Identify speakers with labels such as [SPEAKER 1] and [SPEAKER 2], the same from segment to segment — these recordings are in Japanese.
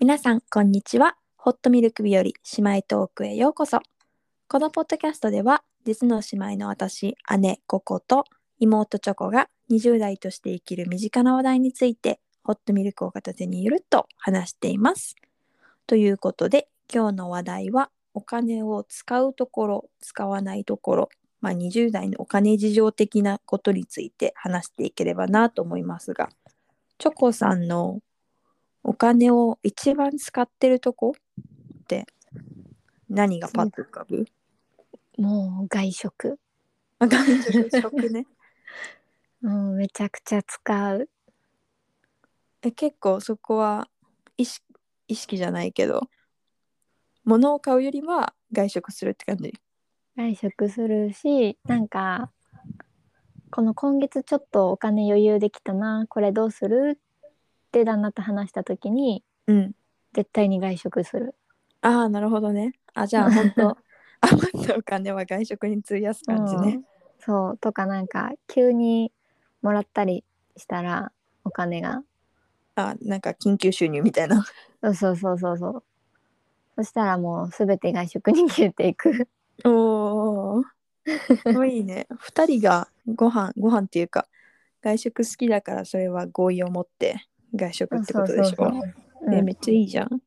[SPEAKER 1] 皆さんこんにちはホットミルク日和姉妹トークへようこそこのポッドキャストでは実の姉妹の私姉ココと妹チョコが20代として生きる身近な話題についてホットミルクを片手にゆるっと話していますということで今日の話題はお金を使うところ使わないところまあ、20代のお金事情的なことについて話していければなと思いますがチョコさんのお金を一番使ってるとこって何がパッと浮かぶ
[SPEAKER 2] もう外食。
[SPEAKER 1] あ外食食ね
[SPEAKER 2] もうめちゃくちゃ使う。
[SPEAKER 1] え結構そこは意識意識じゃないけど物を買うよりは外食するって感じ
[SPEAKER 2] 外食するし、なんか、この今月ちょっとお金余裕できたな、これどうするって旦那と話した時に、
[SPEAKER 1] うん
[SPEAKER 2] 絶対に外食する。
[SPEAKER 1] ああなるほどねあじゃあ 本当余ったお金は外食に費やす感じ
[SPEAKER 2] う
[SPEAKER 1] ね
[SPEAKER 2] ん、そう、とかなんか、急にもらったりしたら、お金が。
[SPEAKER 1] あなんか緊急収入みたいな
[SPEAKER 2] そうそうそうそうそう。そしたらもう全て外食に消えていく。
[SPEAKER 1] お おいいね2人がご飯ご飯っていうか外食好きだからそれは合意を持って外食ってことでしょ
[SPEAKER 2] そうそうそう
[SPEAKER 1] え
[SPEAKER 2] うん
[SPEAKER 1] めっちゃいいじゃん。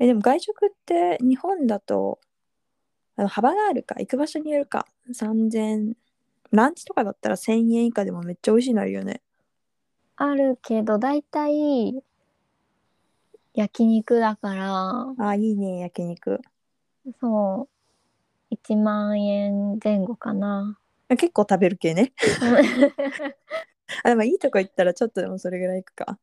[SPEAKER 1] えでも外食って日本だとあの幅があるか行く場所によるか3000ランチとかだったら1000円以下でもめっちゃ美味しいなるよね。
[SPEAKER 2] あるけど大体焼肉だから
[SPEAKER 1] あいいね焼肉。
[SPEAKER 2] そう1万円前後かな
[SPEAKER 1] あ結構食べる系ね。 あでもいいとこ行ったらちょっとでもそれぐらい行くか。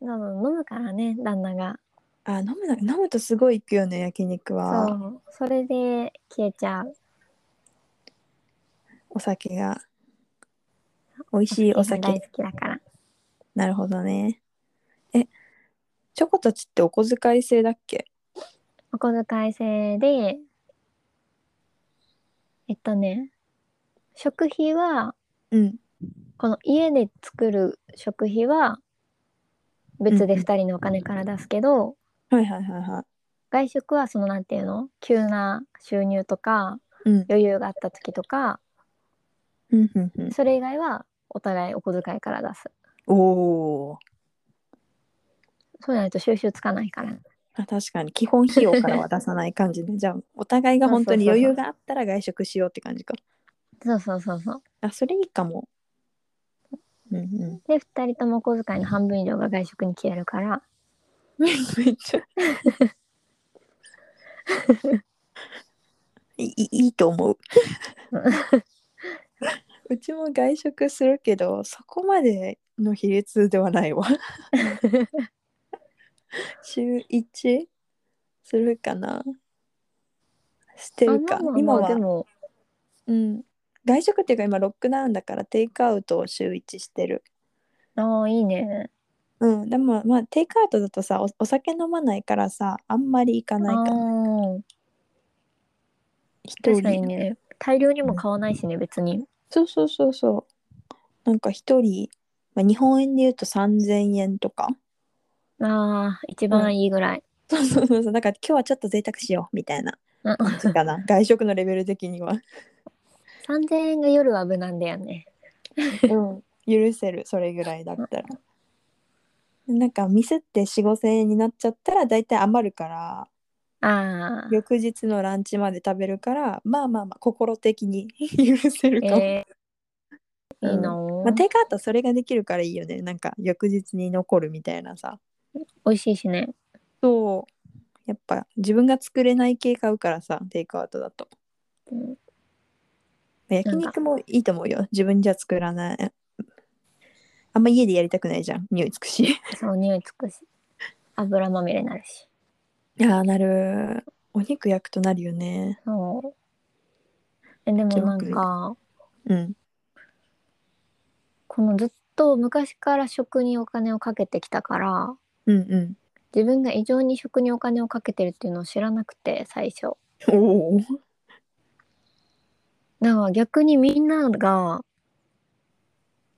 [SPEAKER 2] なの飲むからね旦那が
[SPEAKER 1] あ飲むな飲むとすごい行くよね焼肉
[SPEAKER 2] そ
[SPEAKER 1] は。
[SPEAKER 2] うそれで消えちゃう
[SPEAKER 1] お酒が美味しいお
[SPEAKER 2] が大
[SPEAKER 1] 酒。
[SPEAKER 2] 好きだから
[SPEAKER 1] なるほどね。えチョコたちってお小遣い制だっけ
[SPEAKER 2] お小遣い制でえっとね食費は
[SPEAKER 1] うん。
[SPEAKER 2] この家で作る食費は別で2人のお金から出すけど、
[SPEAKER 1] はいはいはいはい。
[SPEAKER 2] 外食はそのなんていうの急な収入とか
[SPEAKER 1] うん。
[SPEAKER 2] 余裕があった時とか
[SPEAKER 1] うんうんうん、
[SPEAKER 2] それ以外はお互いお小遣いから出す
[SPEAKER 1] おお
[SPEAKER 2] そうじゃないと収集つかないから
[SPEAKER 1] 確かに基本費用からは出さない感じ ねじゃあお互いが本当に余裕があったら外食しようって感じか
[SPEAKER 2] そうそうそうそう
[SPEAKER 1] あそれいいかもうんう
[SPEAKER 2] で2人ともお小遣いの半分以上が外食に消えるから
[SPEAKER 1] んめっちゃいいいいと思ううちも外食するけどそこまでの比率ではない わ週1するかなしてるか
[SPEAKER 2] あまあまあ
[SPEAKER 1] 今
[SPEAKER 2] で
[SPEAKER 1] は
[SPEAKER 2] も
[SPEAKER 1] うん、外食っていうか今ロックダウンだからテイクアウトを週1してる。
[SPEAKER 2] ああいいね
[SPEAKER 1] うん、でもまあテイクアウトだとさおお酒飲まないからさあんまり行かないかな。
[SPEAKER 2] あ
[SPEAKER 1] 一
[SPEAKER 2] ー確かに
[SPEAKER 1] 人
[SPEAKER 2] ね大量にも買わないしね別に
[SPEAKER 1] そうそうそうそう。なんか一人、まあ、日本円で言うと3,000円とか。
[SPEAKER 2] ああ一番いいぐらい、
[SPEAKER 1] そうそうそうそうだから今日はちょっと贅沢しようみたいな
[SPEAKER 2] うん
[SPEAKER 1] 感じか な外食のレベル的には。
[SPEAKER 2] 3000円が夜は無難だよね
[SPEAKER 1] うん、許せるそれぐらいだったら。なんかミスって4 5,000円になっちゃったら大体余るから。
[SPEAKER 2] ああ
[SPEAKER 1] 翌日のランチまで食べるからまあまあまあ心的に 許せるかも、
[SPEAKER 2] えー、いいの、
[SPEAKER 1] まあ、テイクアウトそれができるからいいよねなんか翌日に残るみたいなさ
[SPEAKER 2] 美味しいしね
[SPEAKER 1] そうやっぱ自分が作れない系買うからさテイクアウトだと
[SPEAKER 2] うん
[SPEAKER 1] まあ焼肉もいいと思うよ自分じゃ作らないあんま家でやりたくないじゃん匂いつくし
[SPEAKER 2] そう匂いつくし油まみれになるし
[SPEAKER 1] ああなるお肉焼くとなるよね
[SPEAKER 2] そうえでも
[SPEAKER 1] じゃあ
[SPEAKER 2] なん
[SPEAKER 1] 僕
[SPEAKER 2] か
[SPEAKER 1] うん
[SPEAKER 2] このずっと昔から食にお金をかけてきたから
[SPEAKER 1] うんうん
[SPEAKER 2] 自分が異常に食にお金をかけてるっていうのを知らなくて最初
[SPEAKER 1] おお
[SPEAKER 2] だから逆にみんなが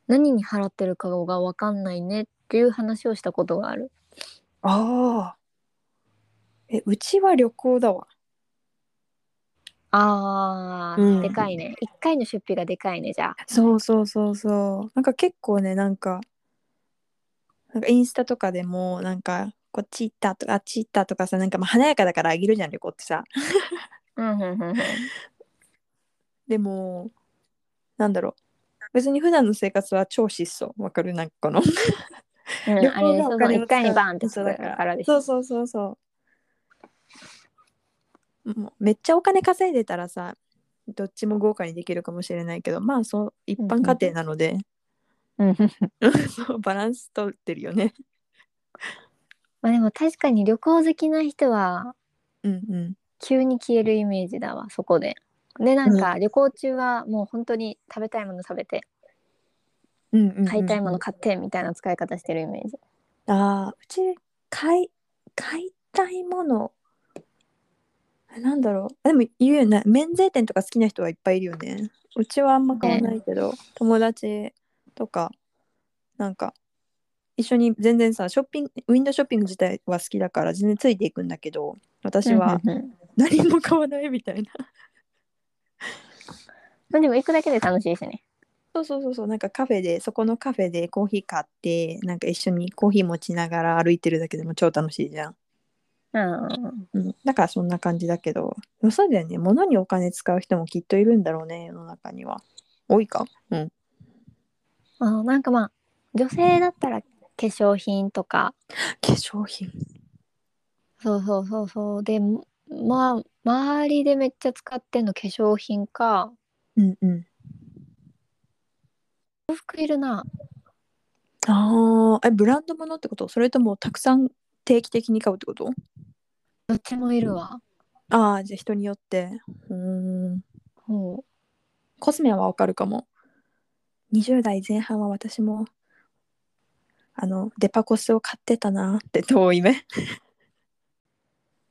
[SPEAKER 2] 何に払ってるかが分かんないねっていう話をしたことがある
[SPEAKER 1] ああえうちは旅行だわ
[SPEAKER 2] あー、
[SPEAKER 1] うん
[SPEAKER 2] でかいね一回の出費がでかいねじゃあ
[SPEAKER 1] そうそうそうそうなんか結構ねなんかなんかインスタとかでもなんかこっち行ったとかあっち行ったとかさなんかまあ華やかだからあげるじゃん旅行ってさ
[SPEAKER 2] うんうんうんうん
[SPEAKER 1] でもなんだろう別に普段の生活は超質素わかるなんかこの旅
[SPEAKER 2] あれ
[SPEAKER 1] 行
[SPEAKER 2] で
[SPEAKER 1] が
[SPEAKER 2] そ
[SPEAKER 1] お
[SPEAKER 2] の
[SPEAKER 1] 金を
[SPEAKER 2] 一回にバーンって
[SPEAKER 1] そ
[SPEAKER 2] そうう
[SPEAKER 1] だ
[SPEAKER 2] だ
[SPEAKER 1] から
[SPEAKER 2] からでし
[SPEAKER 1] そ
[SPEAKER 2] ょ
[SPEAKER 1] うそうそうそうもうめっちゃお金稼いでたらさどっちも豪華にできるかもしれないけどまあそう一般家庭なので、
[SPEAKER 2] うんうん
[SPEAKER 1] そうバランス取ってるよね
[SPEAKER 2] まあでも確かに旅行好きな人は
[SPEAKER 1] うんうん
[SPEAKER 2] 急に消えるイメージだわそこででなんか旅行中はもう本当に食べたいもの食べて
[SPEAKER 1] うんうんうんうん
[SPEAKER 2] 買いたいもの買ってみたいな使い方してるイメージ
[SPEAKER 1] ああ、うち買い、買いたいもの、あなんだろう。あでも言うよね。免税店とか好きな人はいっぱいいるよね。うちはあんま買わないけど、友達とか、なんか、一緒に全然さ、ショッピング、ウィンドウショッピング自体は好きだから、全然ついていくんだけど、私は
[SPEAKER 2] うんうんうん
[SPEAKER 1] 何も買わないみたいな。
[SPEAKER 2] まあでも行くだけで楽しいしね
[SPEAKER 1] そうそうそうそう、なんかカフェで、そこのカフェでコーヒー買って、なんか一緒にコーヒー持ちながら歩いてるだけでも超楽しいじゃん。
[SPEAKER 2] うん
[SPEAKER 1] うん、だからそんな感じだけど、でもそうだよね。物にお金使う人もきっといるんだろうね、世の中には。多いか。うん。
[SPEAKER 2] あなんかまあ女性だったら化粧品とか
[SPEAKER 1] 化粧品。
[SPEAKER 2] そうそうそうそうでまあ周りでめっちゃ使ってんの化粧品か
[SPEAKER 1] うんうん。
[SPEAKER 2] 洋服いるな
[SPEAKER 1] ああ、え、ブランド物ってことそれともたくさん定期的に買うってこと
[SPEAKER 2] どっちもいるわ、
[SPEAKER 1] ああ、じゃあ人によって。うーん。
[SPEAKER 2] うん、
[SPEAKER 1] コスメはわかるかも。20代前半は私も、あの、デパコスを買ってたなって遠い目。
[SPEAKER 2] い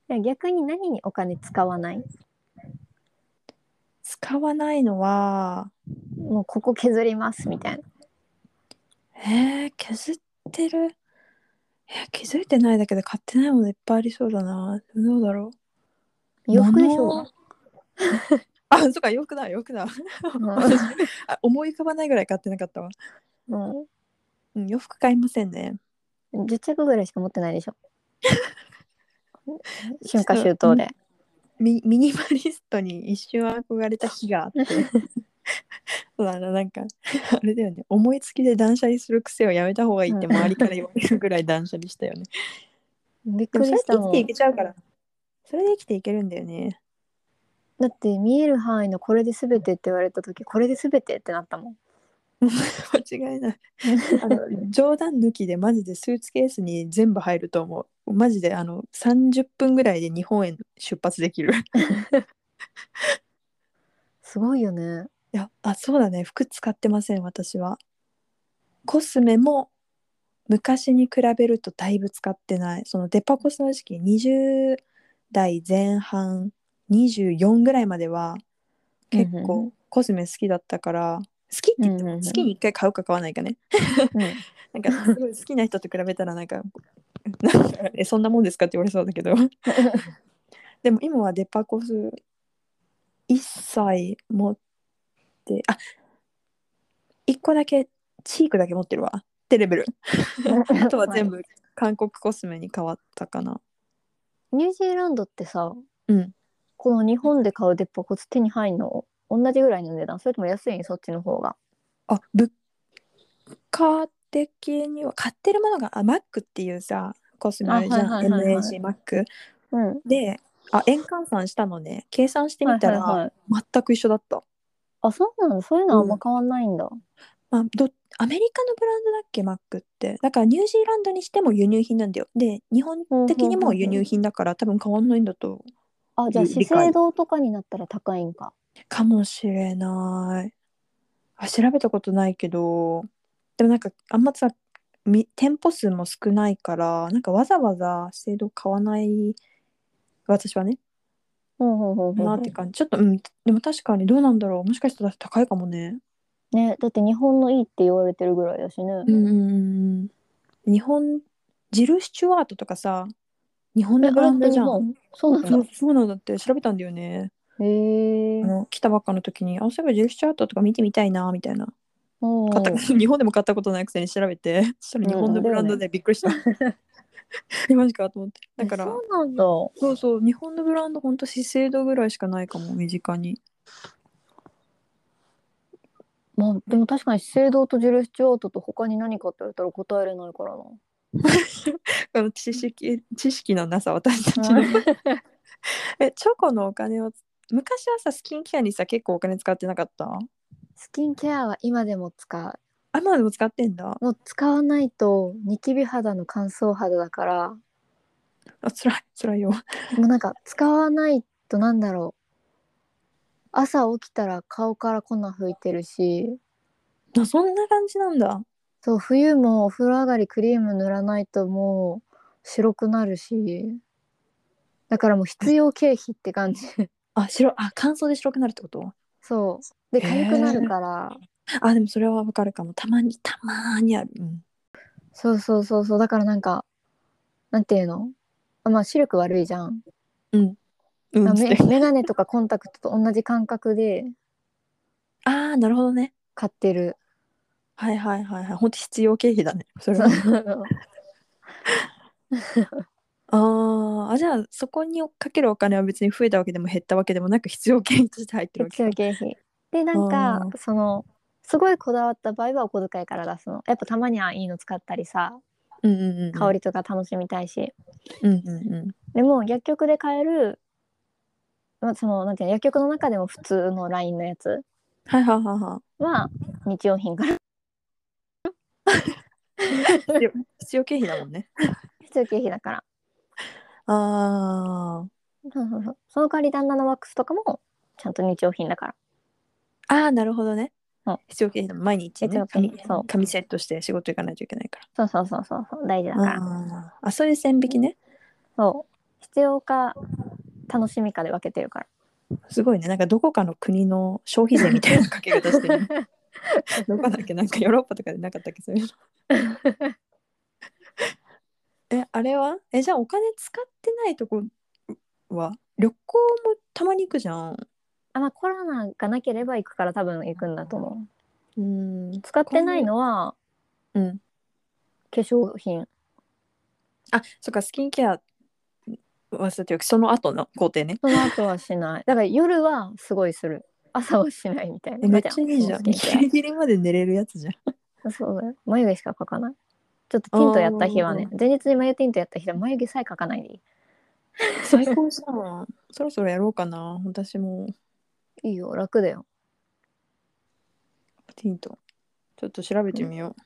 [SPEAKER 2] や逆に何にお金使わない
[SPEAKER 1] 使わないのは、
[SPEAKER 2] もうここ削りますみたいな
[SPEAKER 1] えー、削ってるえー気づいてないだけで買ってないものいっぱいありそうだなどうだろう
[SPEAKER 2] 洋服でしょ
[SPEAKER 1] 物 あそっか洋服だ洋服だ あ思い浮かばないぐらい買ってなかったわ、
[SPEAKER 2] うん、
[SPEAKER 1] うん、洋服買いませんね
[SPEAKER 2] 10着ぐらいしか持ってない でしょ春夏秋冬で
[SPEAKER 1] ミミニマリストに一瞬憧れた日があって そうだななんか あれだよね思いつきで断捨離する癖をやめた方がいいって
[SPEAKER 2] うん
[SPEAKER 1] 周りから言われるぐらい断捨離したよね
[SPEAKER 2] びっ
[SPEAKER 1] で
[SPEAKER 2] く
[SPEAKER 1] も
[SPEAKER 2] り
[SPEAKER 1] それ
[SPEAKER 2] し
[SPEAKER 1] で
[SPEAKER 2] た
[SPEAKER 1] 生き
[SPEAKER 2] も
[SPEAKER 1] て
[SPEAKER 2] ん
[SPEAKER 1] いけちゃうからそれで生きていけるんだよね
[SPEAKER 2] だって見える範囲のこれで全てって言われた時これで全てってなったもん
[SPEAKER 1] 間違いない あの冗談抜きでマジでスーツケースに全部入ると思うマジであの30分ぐらいで日本へ出発でき る
[SPEAKER 2] すごいよね
[SPEAKER 1] いやあそうだね服使ってません私はコスメも昔に比べるとだいぶ使ってないそのデパコスの時期20代前半24ぐらいまでは結
[SPEAKER 2] うんうん
[SPEAKER 1] 構コスメ好きだったから好きって言って
[SPEAKER 2] うんうんう
[SPEAKER 1] も
[SPEAKER 2] ん
[SPEAKER 1] 好きに1回買うか買わないかね
[SPEAKER 2] うん
[SPEAKER 1] なんかすごい好きな人と比べたらなんかなんかえそんなもんですかって言われそうだけど でも今はデパコス一切持ってあ一個だけチークだけ持ってるわってレベル あとは全部韓国コスメに変わったかな
[SPEAKER 2] ニュージーランドってさ、
[SPEAKER 1] うん
[SPEAKER 2] この日本で買うデパコス手に入んの同じぐらいの値段それとも安いんそっちの方が
[SPEAKER 1] あ物価的には買ってるものがあマックっていうさコスメあるじゃん、
[SPEAKER 2] あはいはいはいはい
[SPEAKER 1] MAC マック
[SPEAKER 2] うん
[SPEAKER 1] であ円換算したのね計算してみたら、
[SPEAKER 2] はいはいはい、
[SPEAKER 1] 全く一緒だった
[SPEAKER 2] あそうなんだそういうのはあんま変わんないんだ、
[SPEAKER 1] まあ、どアメリカのブランドだっけマックってだからニュージーランドにしても輸入品なんだよで日本的にも輸入品だから多分変わんないんだと
[SPEAKER 2] あじゃあ
[SPEAKER 1] 理
[SPEAKER 2] 資生堂とかになったら高いんか
[SPEAKER 1] かもしれないあ調べたことないけどでもなんかあんまさみ店舗数も少ないからなんかわざわざ資生堂買わない私はね
[SPEAKER 2] うんうんうんうん
[SPEAKER 1] なって感じちょっとうんでも確かにどうなんだろうもしかしたら高いかもね
[SPEAKER 2] ねだって日本のいいって言われてるぐらいだしね、
[SPEAKER 1] うんうんうんうん日本ジル・スチュワートとかさ日本のブランドじゃ
[SPEAKER 2] えあれって
[SPEAKER 1] ん
[SPEAKER 2] 日本そうな
[SPEAKER 1] そ
[SPEAKER 2] ん
[SPEAKER 1] う
[SPEAKER 2] だ。
[SPEAKER 1] そうなんだって調べたんだよね、
[SPEAKER 2] へえ
[SPEAKER 1] あ。の来たばっかの時にあそういえばジェルシャートとか見てみたいなみたいな
[SPEAKER 2] お
[SPEAKER 1] 買った
[SPEAKER 2] ー
[SPEAKER 1] 日本でも買ったことないくせに調べてそしたら日本のブランドでびっくりした、 えマジかと思ってだから
[SPEAKER 2] そうなんだ。
[SPEAKER 1] そうそう日本のブランドほんと資生堂ぐらいしかないかも身近に
[SPEAKER 2] まあ、でも確かに資生堂とジェルスチュアートと他に何かって言われたら答えれないからな。
[SPEAKER 1] この知識知識のなさ私たちのえチョコのお金を昔はさスキンケアにさ結構お金使ってなかった
[SPEAKER 2] スキンケアは今でも使
[SPEAKER 1] あまだでも使ってんだ
[SPEAKER 2] う。もう使わないとニキビ肌の乾燥肌だから、
[SPEAKER 1] あつらいつらいよ
[SPEAKER 2] もうなんか使わないとなんだろう。朝起きたら顔から粉吹いてるし、
[SPEAKER 1] あそんな感じなんだ
[SPEAKER 2] そう冬もお風呂上がりクリーム塗らないともう白くなるし、だからもう必要経費って感じ。
[SPEAKER 1] あ白あ乾燥で白くなるってこと
[SPEAKER 2] そう。で、
[SPEAKER 1] へー
[SPEAKER 2] 痒くなるから。
[SPEAKER 1] あでもそれはわかるかもたまにたまーにある、うん、
[SPEAKER 2] そうそうそうそうだからなんかなんていうのあまあ視力悪いじゃん、
[SPEAKER 1] うん
[SPEAKER 2] まあ、
[SPEAKER 1] つっ
[SPEAKER 2] め
[SPEAKER 1] て
[SPEAKER 2] 眼鏡とかコンタクトと同じ感覚で
[SPEAKER 1] あーなるほどね
[SPEAKER 2] 買ってる
[SPEAKER 1] はいはいはいはいほんと必要経費だねそれ
[SPEAKER 2] そ
[SPEAKER 1] は
[SPEAKER 2] う
[SPEAKER 1] あーあじゃあそこにかけるお金は別に増えたわけでも減ったわけでもなく必要経費として入ってるわけ
[SPEAKER 2] 必
[SPEAKER 1] か
[SPEAKER 2] 要経費でなん
[SPEAKER 1] あ
[SPEAKER 2] か
[SPEAKER 1] ー
[SPEAKER 2] そのすごいこだわった場合はお小遣いから出すのやっぱたまにはいいの使ったりさ
[SPEAKER 1] うんうんうん
[SPEAKER 2] 香りとか楽しみたいし、
[SPEAKER 1] うんうんうん
[SPEAKER 2] でも薬局で買える、まあ、そのなんていうの薬局の中でも普通のラインのやつ
[SPEAKER 1] はいはいはいは
[SPEAKER 2] は日用品から
[SPEAKER 1] い必 要必要経費だもんね
[SPEAKER 2] 必要経費だから
[SPEAKER 1] あー
[SPEAKER 2] そうそうそうその代わり旦那のワックスとかもちゃんと日用品だから
[SPEAKER 1] あーなるほどね
[SPEAKER 2] そう
[SPEAKER 1] 必要経費でも毎日
[SPEAKER 2] 必
[SPEAKER 1] ね
[SPEAKER 2] 要経
[SPEAKER 1] 紙
[SPEAKER 2] 費そう
[SPEAKER 1] 紙セットして仕事行かないといけないか
[SPEAKER 2] そうそうそうそうそう大事だ
[SPEAKER 1] ら
[SPEAKER 2] から
[SPEAKER 1] あーあそういう線引きね
[SPEAKER 2] そう必要か楽しみかで分けてるから
[SPEAKER 1] すごいねなんかどこかの国の消費税みたいなかけ方してる ねどこだっけなんかヨーロッパとかでなかったっけそういうの えあれはえじゃあお金使ってないとこは旅行もたまに行くじゃん
[SPEAKER 2] あまあコロナがなければ行くから多分行くんだと思
[SPEAKER 1] うん
[SPEAKER 2] う使ってないのは
[SPEAKER 1] うん
[SPEAKER 2] 化粧品
[SPEAKER 1] あそっかスキンケア忘れておくその後の工程ね
[SPEAKER 2] その後はしないだから夜はすごいする朝はしないみたい
[SPEAKER 1] え
[SPEAKER 2] な
[SPEAKER 1] めっちゃいいじゃん
[SPEAKER 2] そ
[SPEAKER 1] ギ
[SPEAKER 2] うスキンケ
[SPEAKER 1] リギリまで寝れるやつじゃん
[SPEAKER 2] アそうだよ眉毛しか描かないちょっとティントやった日はね
[SPEAKER 1] あ
[SPEAKER 2] 前日に眉ティントやった日は眉毛さえ描かないでいい
[SPEAKER 1] 最高じゃん そろそろやろうかな私も
[SPEAKER 2] いいよ楽だよ
[SPEAKER 1] ティントちょっと調べてみよう。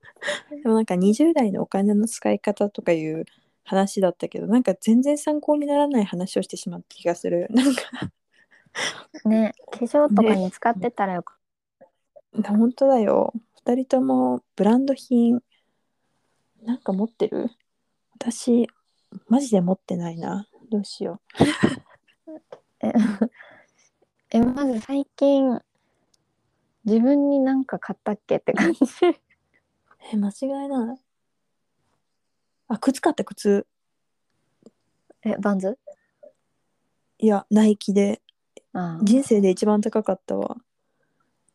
[SPEAKER 1] でもなんか20代のお金の使い方とかいう話だったけどなんか全然参考にならない話をしてしまった気がする。なんか
[SPEAKER 2] ね化粧とかに使ってたらよか
[SPEAKER 1] 本当だよ。2人ともブランド品なんか持ってる私マジで持ってないな。どうしよ
[SPEAKER 2] ええまず最近自分に何か買ったっけって感じ
[SPEAKER 1] う。え間違いない。あ靴買った靴。
[SPEAKER 2] えバンズ
[SPEAKER 1] いやナイキで
[SPEAKER 2] ああ
[SPEAKER 1] 人生で一番高かったわ。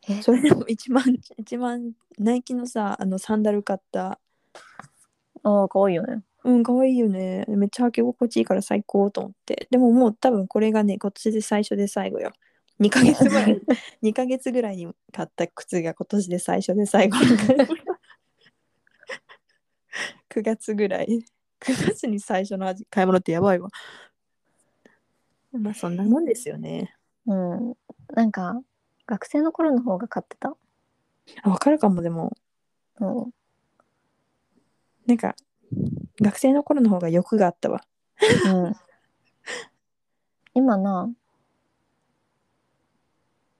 [SPEAKER 2] え
[SPEAKER 1] それでも一万一万ナイキのさあのサンダル買った
[SPEAKER 2] ああかわいいよね
[SPEAKER 1] うん可愛いよねめっちゃ履き心地いいから最高と思ってでももう多分これがね今年で最初で最後よ2ヶ月前 二ヶ月ぐらいに買った靴が今年で最初で最後9月ぐらい9月に最初の味買い物ってやばいわまあそんなもんですよね
[SPEAKER 2] うんなんか学生の頃の方が買ってた
[SPEAKER 1] あわかるかもでも
[SPEAKER 2] うん
[SPEAKER 1] なんか学生の頃の方が欲があったわ
[SPEAKER 2] うん今な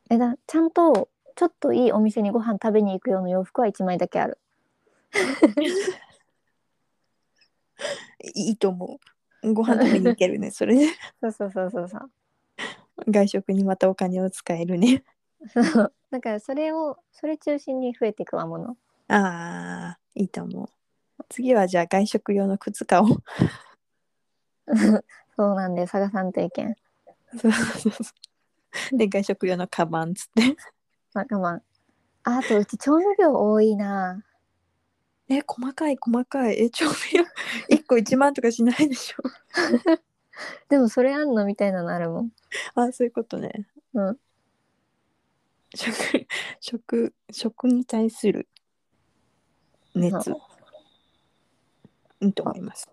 [SPEAKER 2] えだちゃんとちょっといいお店にご飯食べに行く用の洋服は1枚だけある
[SPEAKER 1] いいと思う。ご飯食べに行けるね。それで
[SPEAKER 2] そうそうそうそうそう
[SPEAKER 1] 外食にまたお金を使えるね。
[SPEAKER 2] そうだからそれをそれ中心に増えていくわもの
[SPEAKER 1] ああ、いいと思う。次はじゃあ外食用の靴買おう。
[SPEAKER 2] そうなんで、佐賀さんと意見。
[SPEAKER 1] そうそうそうで外食用のカバンっつって
[SPEAKER 2] まあ、我慢。あ、あとうち調味料多いな。
[SPEAKER 1] え細かい細かいえ調味料1個1万とかしないでしょ
[SPEAKER 2] でもそれあんのみたいなのあるもん。
[SPEAKER 1] あそういうことね
[SPEAKER 2] うん
[SPEAKER 1] 食 食食に対する熱
[SPEAKER 2] はい
[SPEAKER 1] いいと思います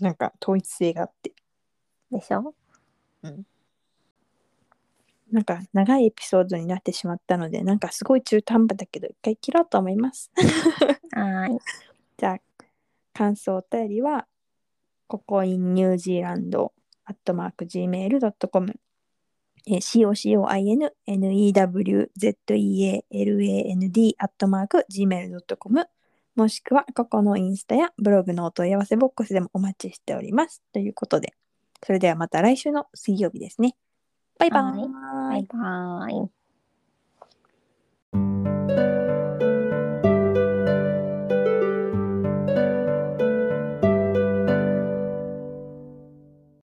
[SPEAKER 1] なんか統一性があって
[SPEAKER 2] でしょ
[SPEAKER 1] なんか長いエピソードになってしまったのでなんかすごい中途半端だけど一回切ろうと思います
[SPEAKER 2] はーい。
[SPEAKER 1] じゃあ感想お便りはここ in ニュージーランドアットマーク Gmail.com えー COCOINNEWZEALAND アットマーク Gmail.com もしくはここのインスタやブログのお問い合わせボックスでもお待ちしておりますということでそれではまた来週の水曜日ですねバイバーイ
[SPEAKER 2] バイバーイ。